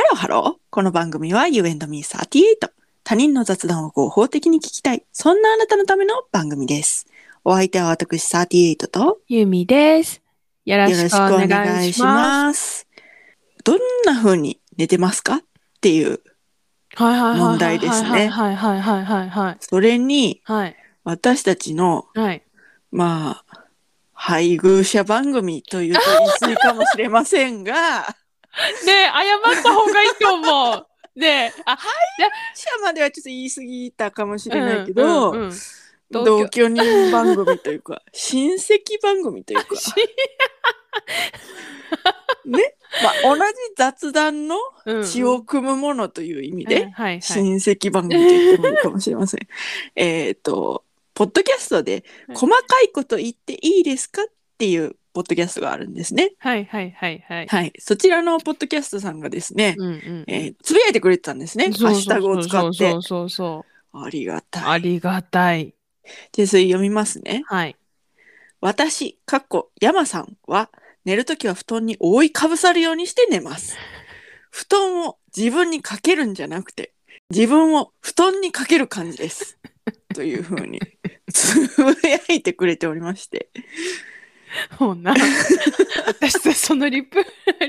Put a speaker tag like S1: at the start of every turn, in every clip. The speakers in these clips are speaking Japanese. S1: ローハロー。この番組は You and me38。他人の雑談を合法的に聞きたい。そんなあなたのための番組です。お相手は私38とよ
S2: ゆみです。よろ
S1: ろ
S2: し
S1: し
S2: く
S1: く
S2: お
S1: お
S2: 願
S1: 願
S2: い
S1: い
S2: し
S1: し
S2: ま
S1: ます。どんな風に寝てますかっていう、
S2: す。はいはいはいはいはい
S1: 問題ですね
S2: はいはいはいはいはい
S1: それに
S2: はい
S1: 私たちの、
S2: はい。
S1: まあ、配偶者番組というと言い過ぎかもしれませんが、
S2: ねえ、謝った方がいいと思う。ねえ、あ、
S1: 社まではちょっと言い過ぎたかもし
S2: う
S1: れ
S2: ん
S1: ないけど、
S2: うんうんし同居
S1: 同居人番組というか親戚番組というか、まあ、同じ雑談の
S2: うんうん
S1: 血を組むものという意味
S2: うん
S1: で
S2: はいはい。
S1: 親戚番組と言ってもいいかもしれ ません。えっとポッドキャストで
S2: はい
S1: 細かいこと言っていいですかっていうポッドキャストがあるんですね。
S2: はいはいはいはい。
S1: はい、そちらのポッドキャストさんがですね、
S2: うんうん
S1: えーつぶやいてくれてたんですね。
S2: そ
S1: ハ
S2: うそ
S1: ッ
S2: うそう
S1: シュタグを使っ
S2: そ
S1: て
S2: うそうそ
S1: ありが
S2: う。
S1: た
S2: あ
S1: い。
S2: りがたい。
S1: でそれ読みますね。
S2: はい。
S1: 私、かっこ、山さんは、寝るときは布団に覆いかぶさるようにして寝ます。布団を自分にかけるんじゃなくて、自分を布団にかける感じです。というふうに、つぶやいてくれておりまして。
S2: もうな。私さ、そのリップ、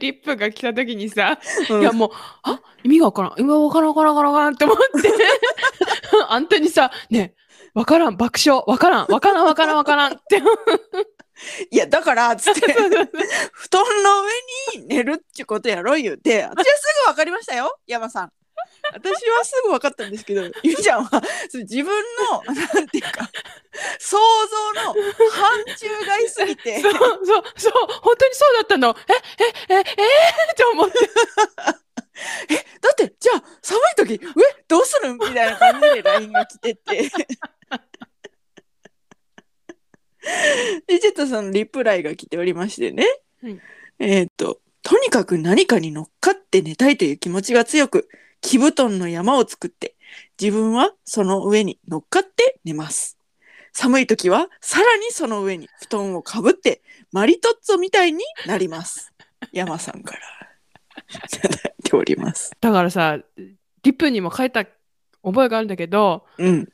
S2: リップが来た時にさ、
S1: うん
S2: いやもう、あ意味がわからん。今わからんわからんわからんわからんって思って。 あんたにさ、ねえ、わからん、爆笑、わからん、わからん、わからん、わからんって。
S1: いや、だから、つって、布団の上に寝るってことやろ言うて、私はすぐ分かりましたよ、山さん。私はすぐ分かったんですけど、 ゆみちゃんはそれ自分の、なんていうか、想像の範疇外すぎて
S2: そう、、そう、そう、本当にそうだったの。え、え、え、えー、って思って。
S1: だって、じゃあ、寒い時、上どうするんみたいな感じで LINE が来てて。で、ちょっとそのリプライが来ておりましてね。
S2: はい
S1: えーっと、とにかく何かに乗っかって寝たいという気持ちが強く、木布団の山を作って、自分はその上に乗っかって寝ます。寒い時は、さらにその上に布団をかぶって、マリトッツォみたいになります。山さんからいただいております。
S2: だからさ、リップにも書いた覚えがあるんだけど、
S1: うん。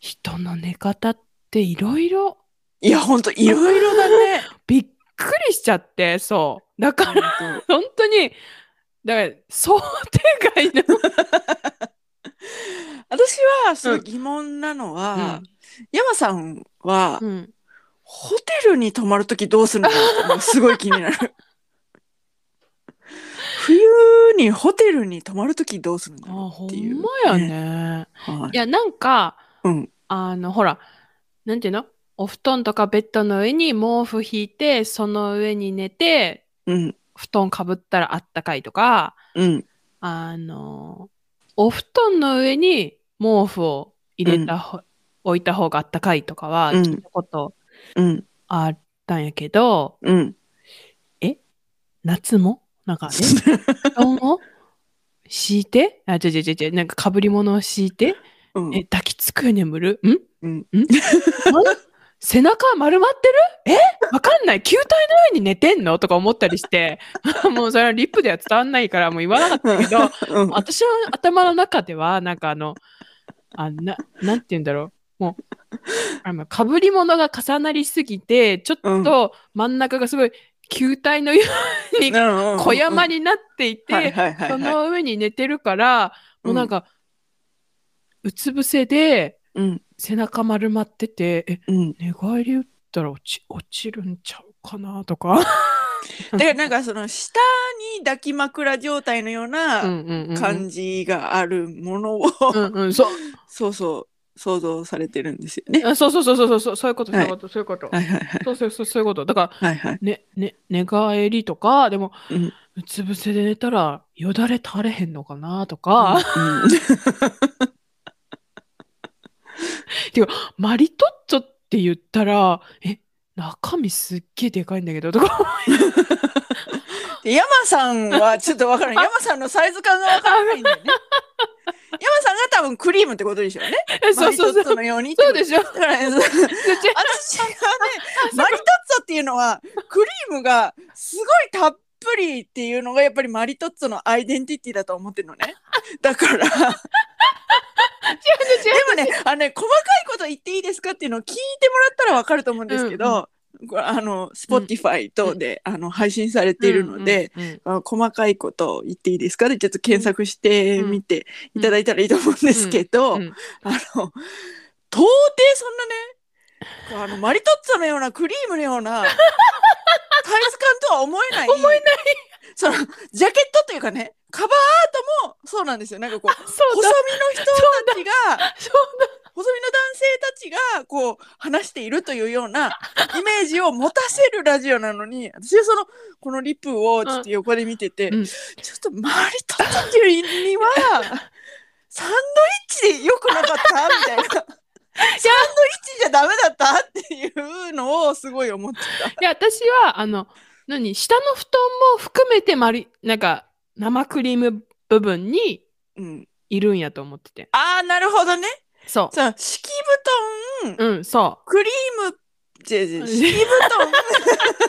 S2: 人の寝方っていろいろ
S1: いや、ほんと、いろいろだね。
S2: びっくりしちゃって、そう。だから、
S1: ほんと
S2: 本当に、だから、想定外の。
S1: 私は、すごい疑問なのは、山さんは、
S2: うん
S1: ホテルに泊まるときどうするのかってのがすごい気にな る。冬にホテルに泊まるときどうするんだ
S2: あ、
S1: ろう
S2: ほ
S1: ってい
S2: ん
S1: う。
S2: まやね。
S1: はい
S2: いや、なんか、
S1: うん
S2: あの、ほら、なんていうのお布団とかベッドの上に毛布引いて、その上に寝て、
S1: うん。
S2: 布団かぶったらあったかいとか、
S1: うん。
S2: あの、お布団の上に毛布を入れたほ、置いた方があったかいとかは、
S1: うん
S2: 聞いたこと
S1: うん。
S2: あったんやけど、
S1: うん。
S2: 夏もな んか、え布団を敷いてあ、違う違う違う違う、なんか被り物を敷いて、
S1: うん
S2: え、抱きつくように眠るん
S1: うん。
S2: 背中丸まってるえわかんない球体のように寝てんのとか思ったりして、 もうそれはリップでは伝わんないからもう言 わなかったけど、
S1: うん
S2: 私の頭の中では、なんかあの、あな、なんて言うんだろう。もう、あの、かぶり物が重なりすぎて、ちょっと真ん中がすごい球体のように小山
S1: に
S2: になってい
S1: はい
S2: て、
S1: はいはい
S2: そ
S1: はい。
S2: の上に寝てるから、もうなんか、うつ伏せで
S1: うん。
S2: 背中丸まってて、え、
S1: うん。
S2: 寝返り打ったら落ち落ちるんちゃうかなとか
S1: だからなんかその下に抱き枕状態のような、感じがあるものを、
S2: うんうんそう
S1: そうそう想像されてるんですよね。
S2: あそうそうそうそうそうそういうことそう
S1: はい
S2: いうことそういうこと
S1: はいはいはい
S2: そうそうそうそういうことだから
S1: はいはい。
S2: ねね寝返りとかでも、
S1: うん
S2: うつ伏せで寝たらよだれ垂れへんのかなとか、
S1: うん
S2: マリトッツォって言ったらえ中身すっげえでかいんだけど とか
S1: で山さんはちょっとわ からない。山さんのサイズ感がわからないんだよね。山さんが多分クリームってことでしょうね。
S2: えそうそ
S1: マリトッ
S2: うそ
S1: ツォ
S2: う
S1: のようにってこ
S2: そ
S1: と
S2: うでしょ
S1: だからね、そう私はね、マリトッツォっていうのはクリームがすごいたっぷりっていうのがやっぱりマリトッツォのアイデンティティだと思ってるのね。だから、でも ね、あのね、細かいこと言っていいですかっていうのを聞いてもらったらわかると思うんですけど、これあの、Spotify 等で、あの配信されているので、、
S2: うんうんうん
S1: あ細かいこと言っていいですかでちょっと検索してみていただいたらいいと思うんですけど、
S2: うんうん
S1: あの到底そんなねあのマリトッツォのようなクリームのようなサイズ感とは思えないそのジャケットというかねカバーアートもそうなんですよなんかこう
S2: そう
S1: 細身
S2: だ
S1: の人たちが
S2: そう
S1: 細身の男性たちがこう話しているというようなイメージを持たせるラジオなのに私はそのこのリップをちょっと横で見てて、
S2: うん
S1: ちょっと周りとっていうにはサンドイッチで良くなかったみたいなサンドイッチじゃダメだったっていうのをすごい思ってた。
S2: いや私はあの何下の布団も含めてまりなんか生クリーム部分に
S1: うん、
S2: いるんやと思ってて
S1: ああなるほどね。
S2: そ
S1: そう敷布団
S2: ううんそ
S1: クリームじゃじゃ敷布団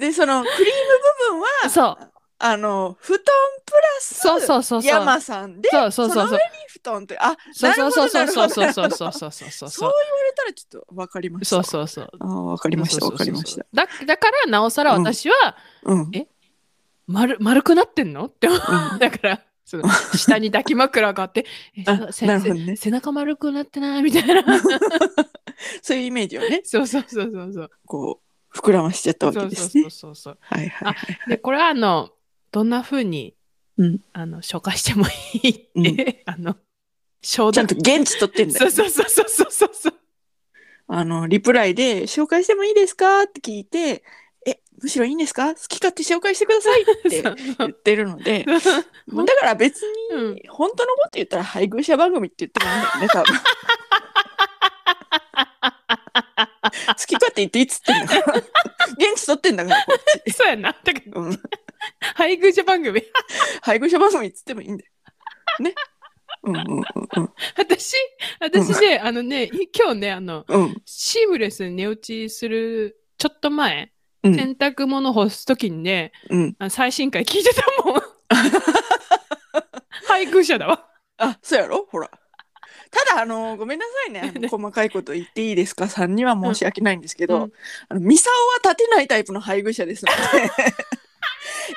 S1: でそのクリーム部分
S2: う
S1: は
S2: そう
S1: あの布団プラス
S2: そうそうそうそう
S1: 山さんで
S2: そうそうそう
S1: そ
S2: そ
S1: の上
S2: う
S1: に布団ってあ
S2: そうそうそうそうそうそうそう
S1: なるほどなるほど
S2: そうそうそ
S1: そ
S2: うそう
S1: 言
S2: う
S1: われたらちょっとわかりました
S2: そうそうそう
S1: あーわかりました
S2: そう
S1: わ
S2: そうそう
S1: かりました
S2: だだからなおさら私は
S1: うん
S2: 丸丸くなってんのって思う
S1: う
S2: だからその下に抱き枕があってえ
S1: あ
S2: せ
S1: なるほどね
S2: せ背中丸くなってないみたい な
S1: そういうイメージをね
S2: そうそうそうそうそう
S1: こう膨らましちゃったわ
S2: そ
S1: け
S2: う
S1: です
S2: そ
S1: ね
S2: うそうそう
S1: はいはいはい
S2: でこれはあのどんなふうに、
S1: うん
S2: あの紹介してもいいって、 あの商
S1: ちゃん
S2: 談
S1: と現地取ってんだ
S2: そ
S1: よ
S2: うそうそうそうそうそう
S1: あの、リプライで、紹介してもいいですかって聞いて、え、むしろいいんですか好き勝手紹介してくださいって
S2: そうそ
S1: 言
S2: う
S1: ってるので、
S2: そう
S1: だから別
S2: うん
S1: に、本当のこと言ったら配偶者番組って言ってもいいんだよね、多 分。好き勝手言っていいっつってんだから。現地取ってんだから、こっち。
S2: そうやなだから
S1: うん、
S2: 配偶者番組
S1: 配偶者番組っつってもいいんだよ。ね。うんうんうんうん
S2: 私私ね、あのねい今日ねあの
S1: うん
S2: シームレスに寝落ちするちょっと前、
S1: うん
S2: 洗濯物干す時にね
S1: うん。
S2: あの最新回聞いてた もん配偶者だわ
S1: あ、そうやろほら。ただ、あのごめんなさいね。あの細かいこと言っていいですかさんには申し訳ないんですけど、
S2: うん
S1: あのミサオは立てないタイプの配偶者ですの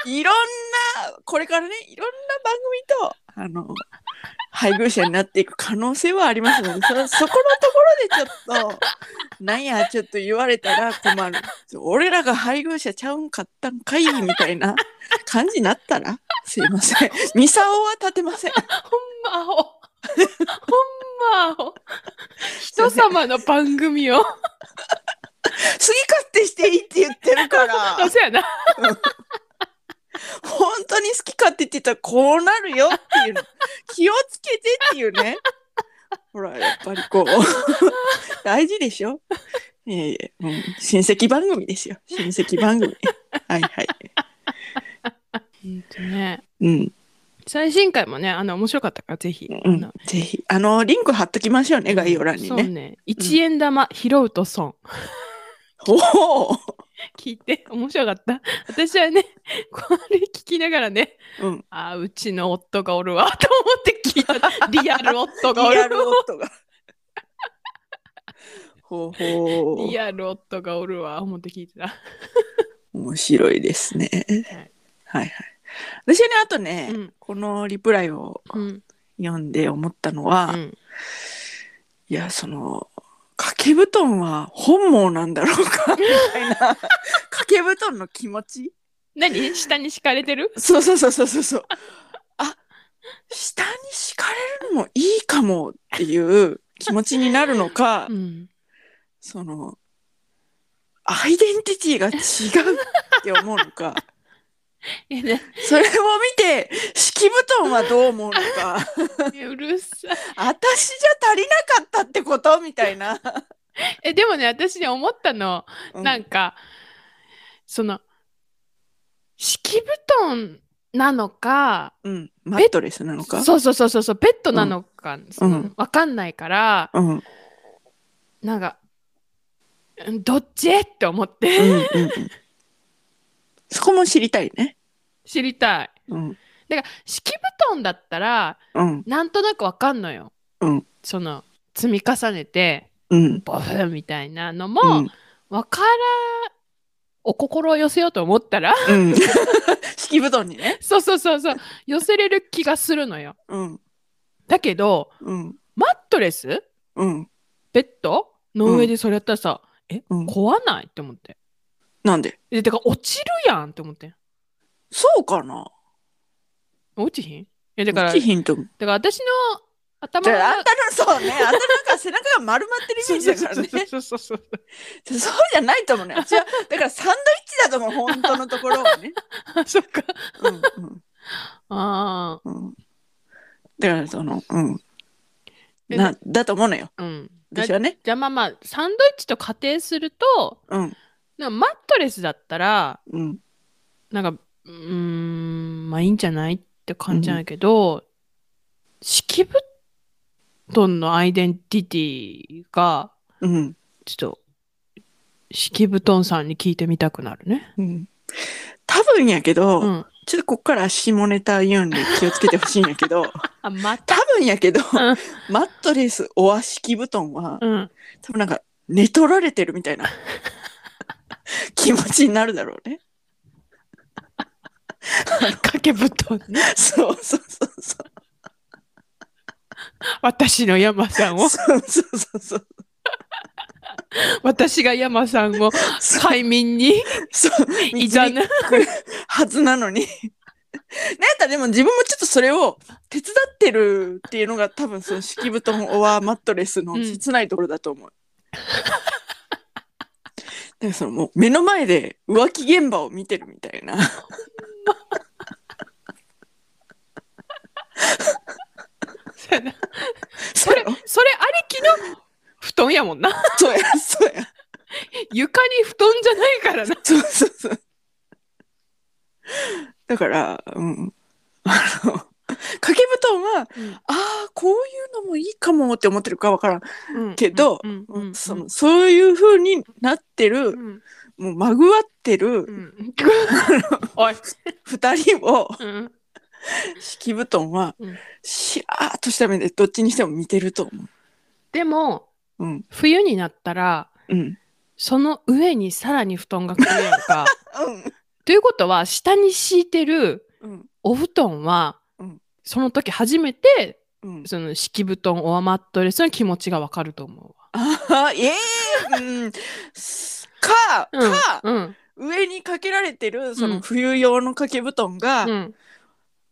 S1: で、いろんな、これからね、いろんな番組と、あの、配偶者になっていく可能性はありますので、そそこのところでちょっと、なんや、ちょっと言われたら困る。俺らが配偶者ちゃうんかったんかいみたいな感じになったら、すいません。ミサオは立てません。
S2: ほんまアホほんまアホ人様の番組を
S1: 好き勝手していいって言ってるから
S2: あそうやな
S1: 本当に好き勝手って言ったらこうなるよっていうの気をつけてっていうねほらやっぱりこう大事でしょいえいえ、うん、親戚番組ですよ親戚番組はいはい
S2: うんとね
S1: うん
S2: 最新回もねあの面白かったからぜひ、
S1: う
S2: あ
S1: ん
S2: の
S1: ぜひあのリンク貼っときましょうね概要欄に
S2: そう
S1: ね
S2: ね一円玉拾うと損
S1: おお
S2: 聞いて面白かった私はねこれ聞きながらね
S1: うん
S2: あーうちの夫がおるわと思って聞いたリアル夫
S1: リ
S2: がおる
S1: アル夫がほうほ
S2: リアル夫がおるわ思って聞いてた、
S1: う面白いですねはいはい私はねあとね、
S2: うん
S1: このリプライを
S2: うん
S1: 読んで思ったのは、
S2: うん
S1: いやその掛け布団は本望なんだろうかみたいな 掛け布団の気持ち
S2: 何下に敷かれてる
S1: そうそうそうそうそうそうあ下に敷かれるのもいいかもっていう気持ちになるの か、
S2: うん
S1: そのアイデンティティが違うって思うのか
S2: いやね
S1: それを見て敷布団はどう思うのか。
S2: うるさい。
S1: 私じゃ足りなかったってことみたいな。
S2: え、でもね、私ね、思ったの、なんか、その、敷布団なのか、
S1: うん、うん、マットレスなのか。
S2: そうそうそうそうそう、ベッドなのか、そのわかんないから、
S1: うん、うん、
S2: なんか、うんどっちって思っ
S1: うん
S2: て、
S1: うん。そこも知りたいね。
S2: 知りたい。
S1: うん。
S2: だから敷布団だったら
S1: うん。
S2: なんとなくわかんのよ。
S1: うん
S2: その積み重ねて
S1: うん。
S2: ボフみたいなの
S1: う
S2: も
S1: ん。
S2: わから、お心を寄せようと思ったら
S1: うん。 敷布団にね。
S2: そうそうそうそう寄せれる気がするのよ。
S1: うん。
S2: だけど
S1: うん。
S2: マットレス
S1: うん。
S2: ベッドの上でそれやったらさ、え
S1: うん
S2: 壊ないって思って。
S1: なんで
S2: えだから落ちるやんって思って。
S1: そうかな
S2: 落ちひんえだ
S1: だ
S2: か
S1: からら。ヒント。
S2: だから私の頭
S1: じ
S2: の
S1: ゃあ、あん
S2: 中
S1: たの、そうね。あんたなんか背中が丸まってるイメージだからね。
S2: そうそうそうそう
S1: そうじゃないと思うね。私はだからサンドイッチだと思う、本当のところはね。
S2: あそっ か
S1: うん
S2: あ
S1: うんうん。だからその、うん。
S2: え
S1: な、だと思うのよ。
S2: あうん
S1: 私はね。
S2: じゃあまあまあサンドイッチと仮定すると
S1: うん。
S2: なんかマットレスだったら
S1: うん。
S2: なんかうーんまあいいんじゃないって感じなんやけど、敷布団のアイデンティティが
S1: うん。
S2: ちょっと敷布団さんに聞いてみたくなるね。
S1: うん。多分やけど、
S2: うん、
S1: ちょっとこっから下ネタ言うんで気をつけてほしいんやけど、
S2: あまた
S1: 多分やけど、
S2: ん
S1: マットレス、お足敷布団は、
S2: うん
S1: 多分なんか寝取られてるみたいな気持ちになるだろうね。
S2: 掛け布団ね
S1: そうそうそうそう。
S2: 私の山さんを
S1: そうそうそうそう。
S2: 私が山さんを
S1: そう
S2: 快眠に
S1: そう。
S2: いざな
S1: はずなのに。なんや ったらでも自分もちょっとそれを手伝ってるっていうのが多分その敷布団オアマットレスの切ないところだと思う。 でそのもう目の前で浮気現場を見てるみたいな。
S2: そ
S1: そ
S2: れ
S1: れ
S2: それありきの布団やもんな
S1: そうや、そうや。
S2: 床に布団じゃないからな
S1: そうそうそう。だから、うん。あの、掛け布団は、ああ、こういうのもいいかもって思ってるかわからん。
S2: うん
S1: けど
S2: うんうんうん
S1: そのそういう風になって
S2: う
S1: る、
S2: ん
S1: もうまぐわって
S2: う
S1: る
S2: んおい、
S1: 二人 を
S2: うん、
S1: 敷布団は
S2: うん
S1: しらーっとした目でどっちにしても見てると思
S2: で
S1: う。
S2: も
S1: うん。
S2: 冬になったら
S1: うん。
S2: その上にさらに布団が来るや んかということは下に敷いてる
S1: うん。うん。
S2: お布団は、
S1: うん
S2: その時初めて
S1: うん、
S2: その敷布団オアマットレスの気持ちがわかると思うわ
S1: ああ、ええうん。すか、
S2: うん
S1: か、
S2: うん
S1: 上にかけられてるそうの
S2: ん
S1: 冬用の掛け布団が、
S2: うん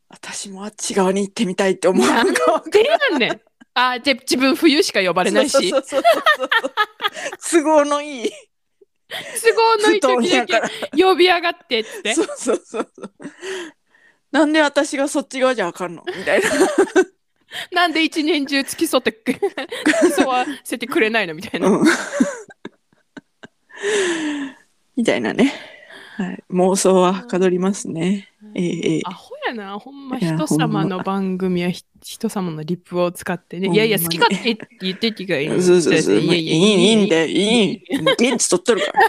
S1: 私もあっち側に行ってみたいって思う
S2: なん
S1: のか
S2: でやねん。あ、じゃあ自分冬しか呼ばれないし、
S1: そうそうそうそうそう都合のいい
S2: 都合のいい
S1: 布団
S2: 時だ
S1: やから
S2: け呼び上がってっつって
S1: そ。うそうそうそうなんで私がそっち側じゃあかんのみたいな
S2: なんで一年中付き添ってく、付き添わせてくれないのみたいな。
S1: うんみたいなね、はい、妄想ははかどりますね、ええええ
S2: アホやな、ほんま
S1: いや
S2: 人様の番組はひ人様のリップを使ってね。
S1: ほん
S2: い
S1: まに
S2: やいや、好き勝手言ってきがいい。
S1: そうそうそう
S2: い
S1: もう
S2: や
S1: い
S2: い
S1: いい
S2: や
S1: いん
S2: いや
S1: だよいい現地取っとるから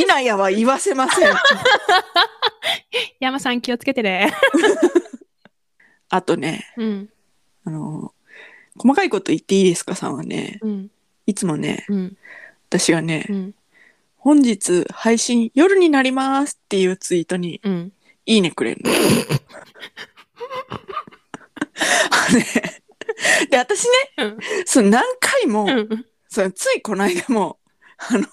S1: いなやは言わせません
S2: 山さん気をつけてね。
S1: あとね
S2: うん、
S1: あの細かいこと言っていいですかさんはね
S2: うん、
S1: いつもね
S2: うん、
S1: 私がね、
S2: うん、
S1: 本日配信夜になりますっていうツイートに
S2: うん。
S1: いいねくれるの。あれで、私ね、
S2: うん
S1: その何回も、
S2: うん
S1: そのついこの間も、あの、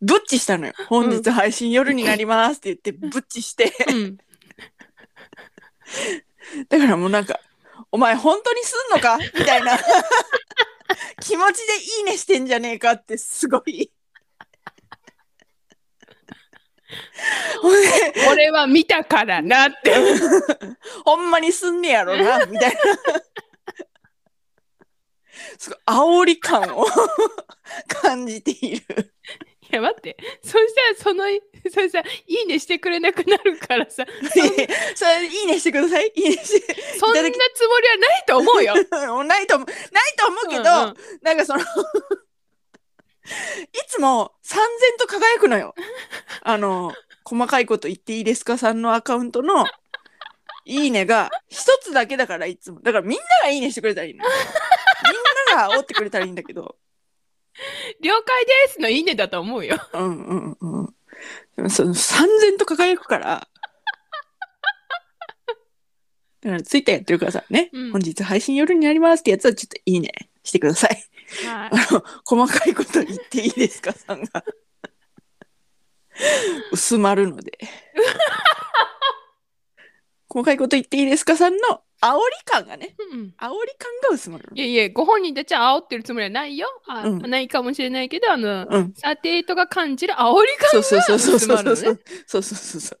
S1: ブッチしたのよ。本日配信夜になりますって言って、ブッチして、
S2: うん
S1: だからもうなんか、お前本当にすんのかみたいな気持ちでいいねしてんじゃねえかってすごい。ほんで
S2: 俺は見たからな って。
S1: ほんまにすんねやろ な、みたいな。すごい、煽り感を 感じている。
S2: いや待ってそしたらそのそれさ「いいね」してくれなくなるからさ
S1: それ、いいねしてください。いいねして。
S2: そんなつもりはないと思うよ。
S1: もうないと思う、ないと思うけど、
S2: うんうん
S1: なんかその、つも三千と輝くのよ。あの、細かいこと言っていいですかさんのアカウントの、いいねが一つだけだからいつも。だからみんながいいねしてくれたらいいの。みんなが煽ってくれたらいいんだけど。
S2: 了解ですのいいねだと思うよ。
S1: うんうんうん。でもその三千と輝くから。だからツイッターやってるからさね、
S2: うん
S1: 本日配信夜になりますってやつはちょっといいねしてください。
S2: はい
S1: あ。の細かいこと言っていいですかさんが薄まるの で細かいこと言っていいですかさんの煽り感がね
S2: うん
S1: 煽り感が薄まるの
S2: いやいや、ご本人たちは煽ってるつもりはないよ。あ
S1: うん
S2: ないかもしれないけど、あの、
S1: うん
S2: サテイトが感じる煽り感
S1: そうそうそうそうそう
S2: 薄まる
S1: そうそ
S2: のね
S1: うそうそうそう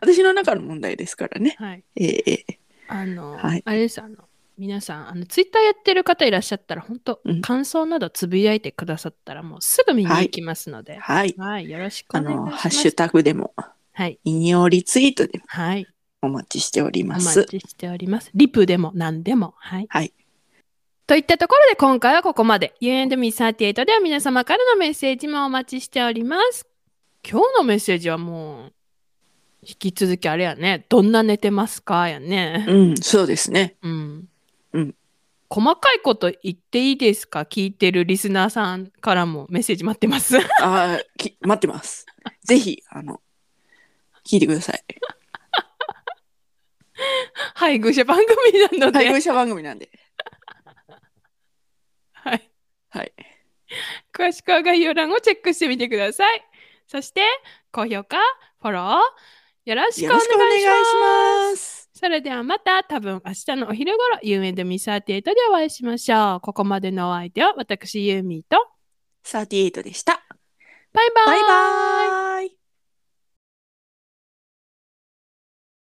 S1: 私の中の問題ですからね
S2: はい。
S1: ええええ
S2: あの、
S1: はい
S2: あれです、あの、皆さん、あの、ツイッターやってる方いらっしゃったら、本当、
S1: うん
S2: 感想などつぶやいてくださったら、もうすぐ見に行きますので、はい、
S1: はい
S2: よろしく
S1: あ
S2: お願いし
S1: の
S2: ます。
S1: ハッシュタグでも
S2: はい、
S1: 引用リツイートでも
S2: はい、
S1: お待ちしており
S2: お
S1: ま
S2: 待
S1: す
S2: ちしております。リプでも何でも、はい。
S1: はい
S2: といったところで今回はここまで。U&Me38 では皆様からのメッセージもお待ちしております。今日のメッセージはもう、引き続きあれやね。どんな寝てますかやね。
S1: うんそうです ね
S2: うん。
S1: うん
S2: 細かいこと言っていいですか聞いてるリスナーさんからもメッセージ待ってます。
S1: あーき待ってますぜひあの聞いてください
S2: 配偶者番組なの
S1: 配
S2: で。
S1: 偶者番組なんで。
S2: はい。
S1: はい。
S2: 詳しくは概要欄をチェックしてみてください。そして、高評価、フォロー、よろしくお
S1: よ
S2: 願
S1: ろ
S2: い
S1: し
S2: し
S1: くお
S2: ます。
S1: 願いします。
S2: それではまた、多分明日のお昼頃、ユーミンでミサーティエイトでお会いしましょう。ここまでのお相手は、私、ユーミーと、
S1: 38でした。
S2: バイバーイ
S1: バイバーイ。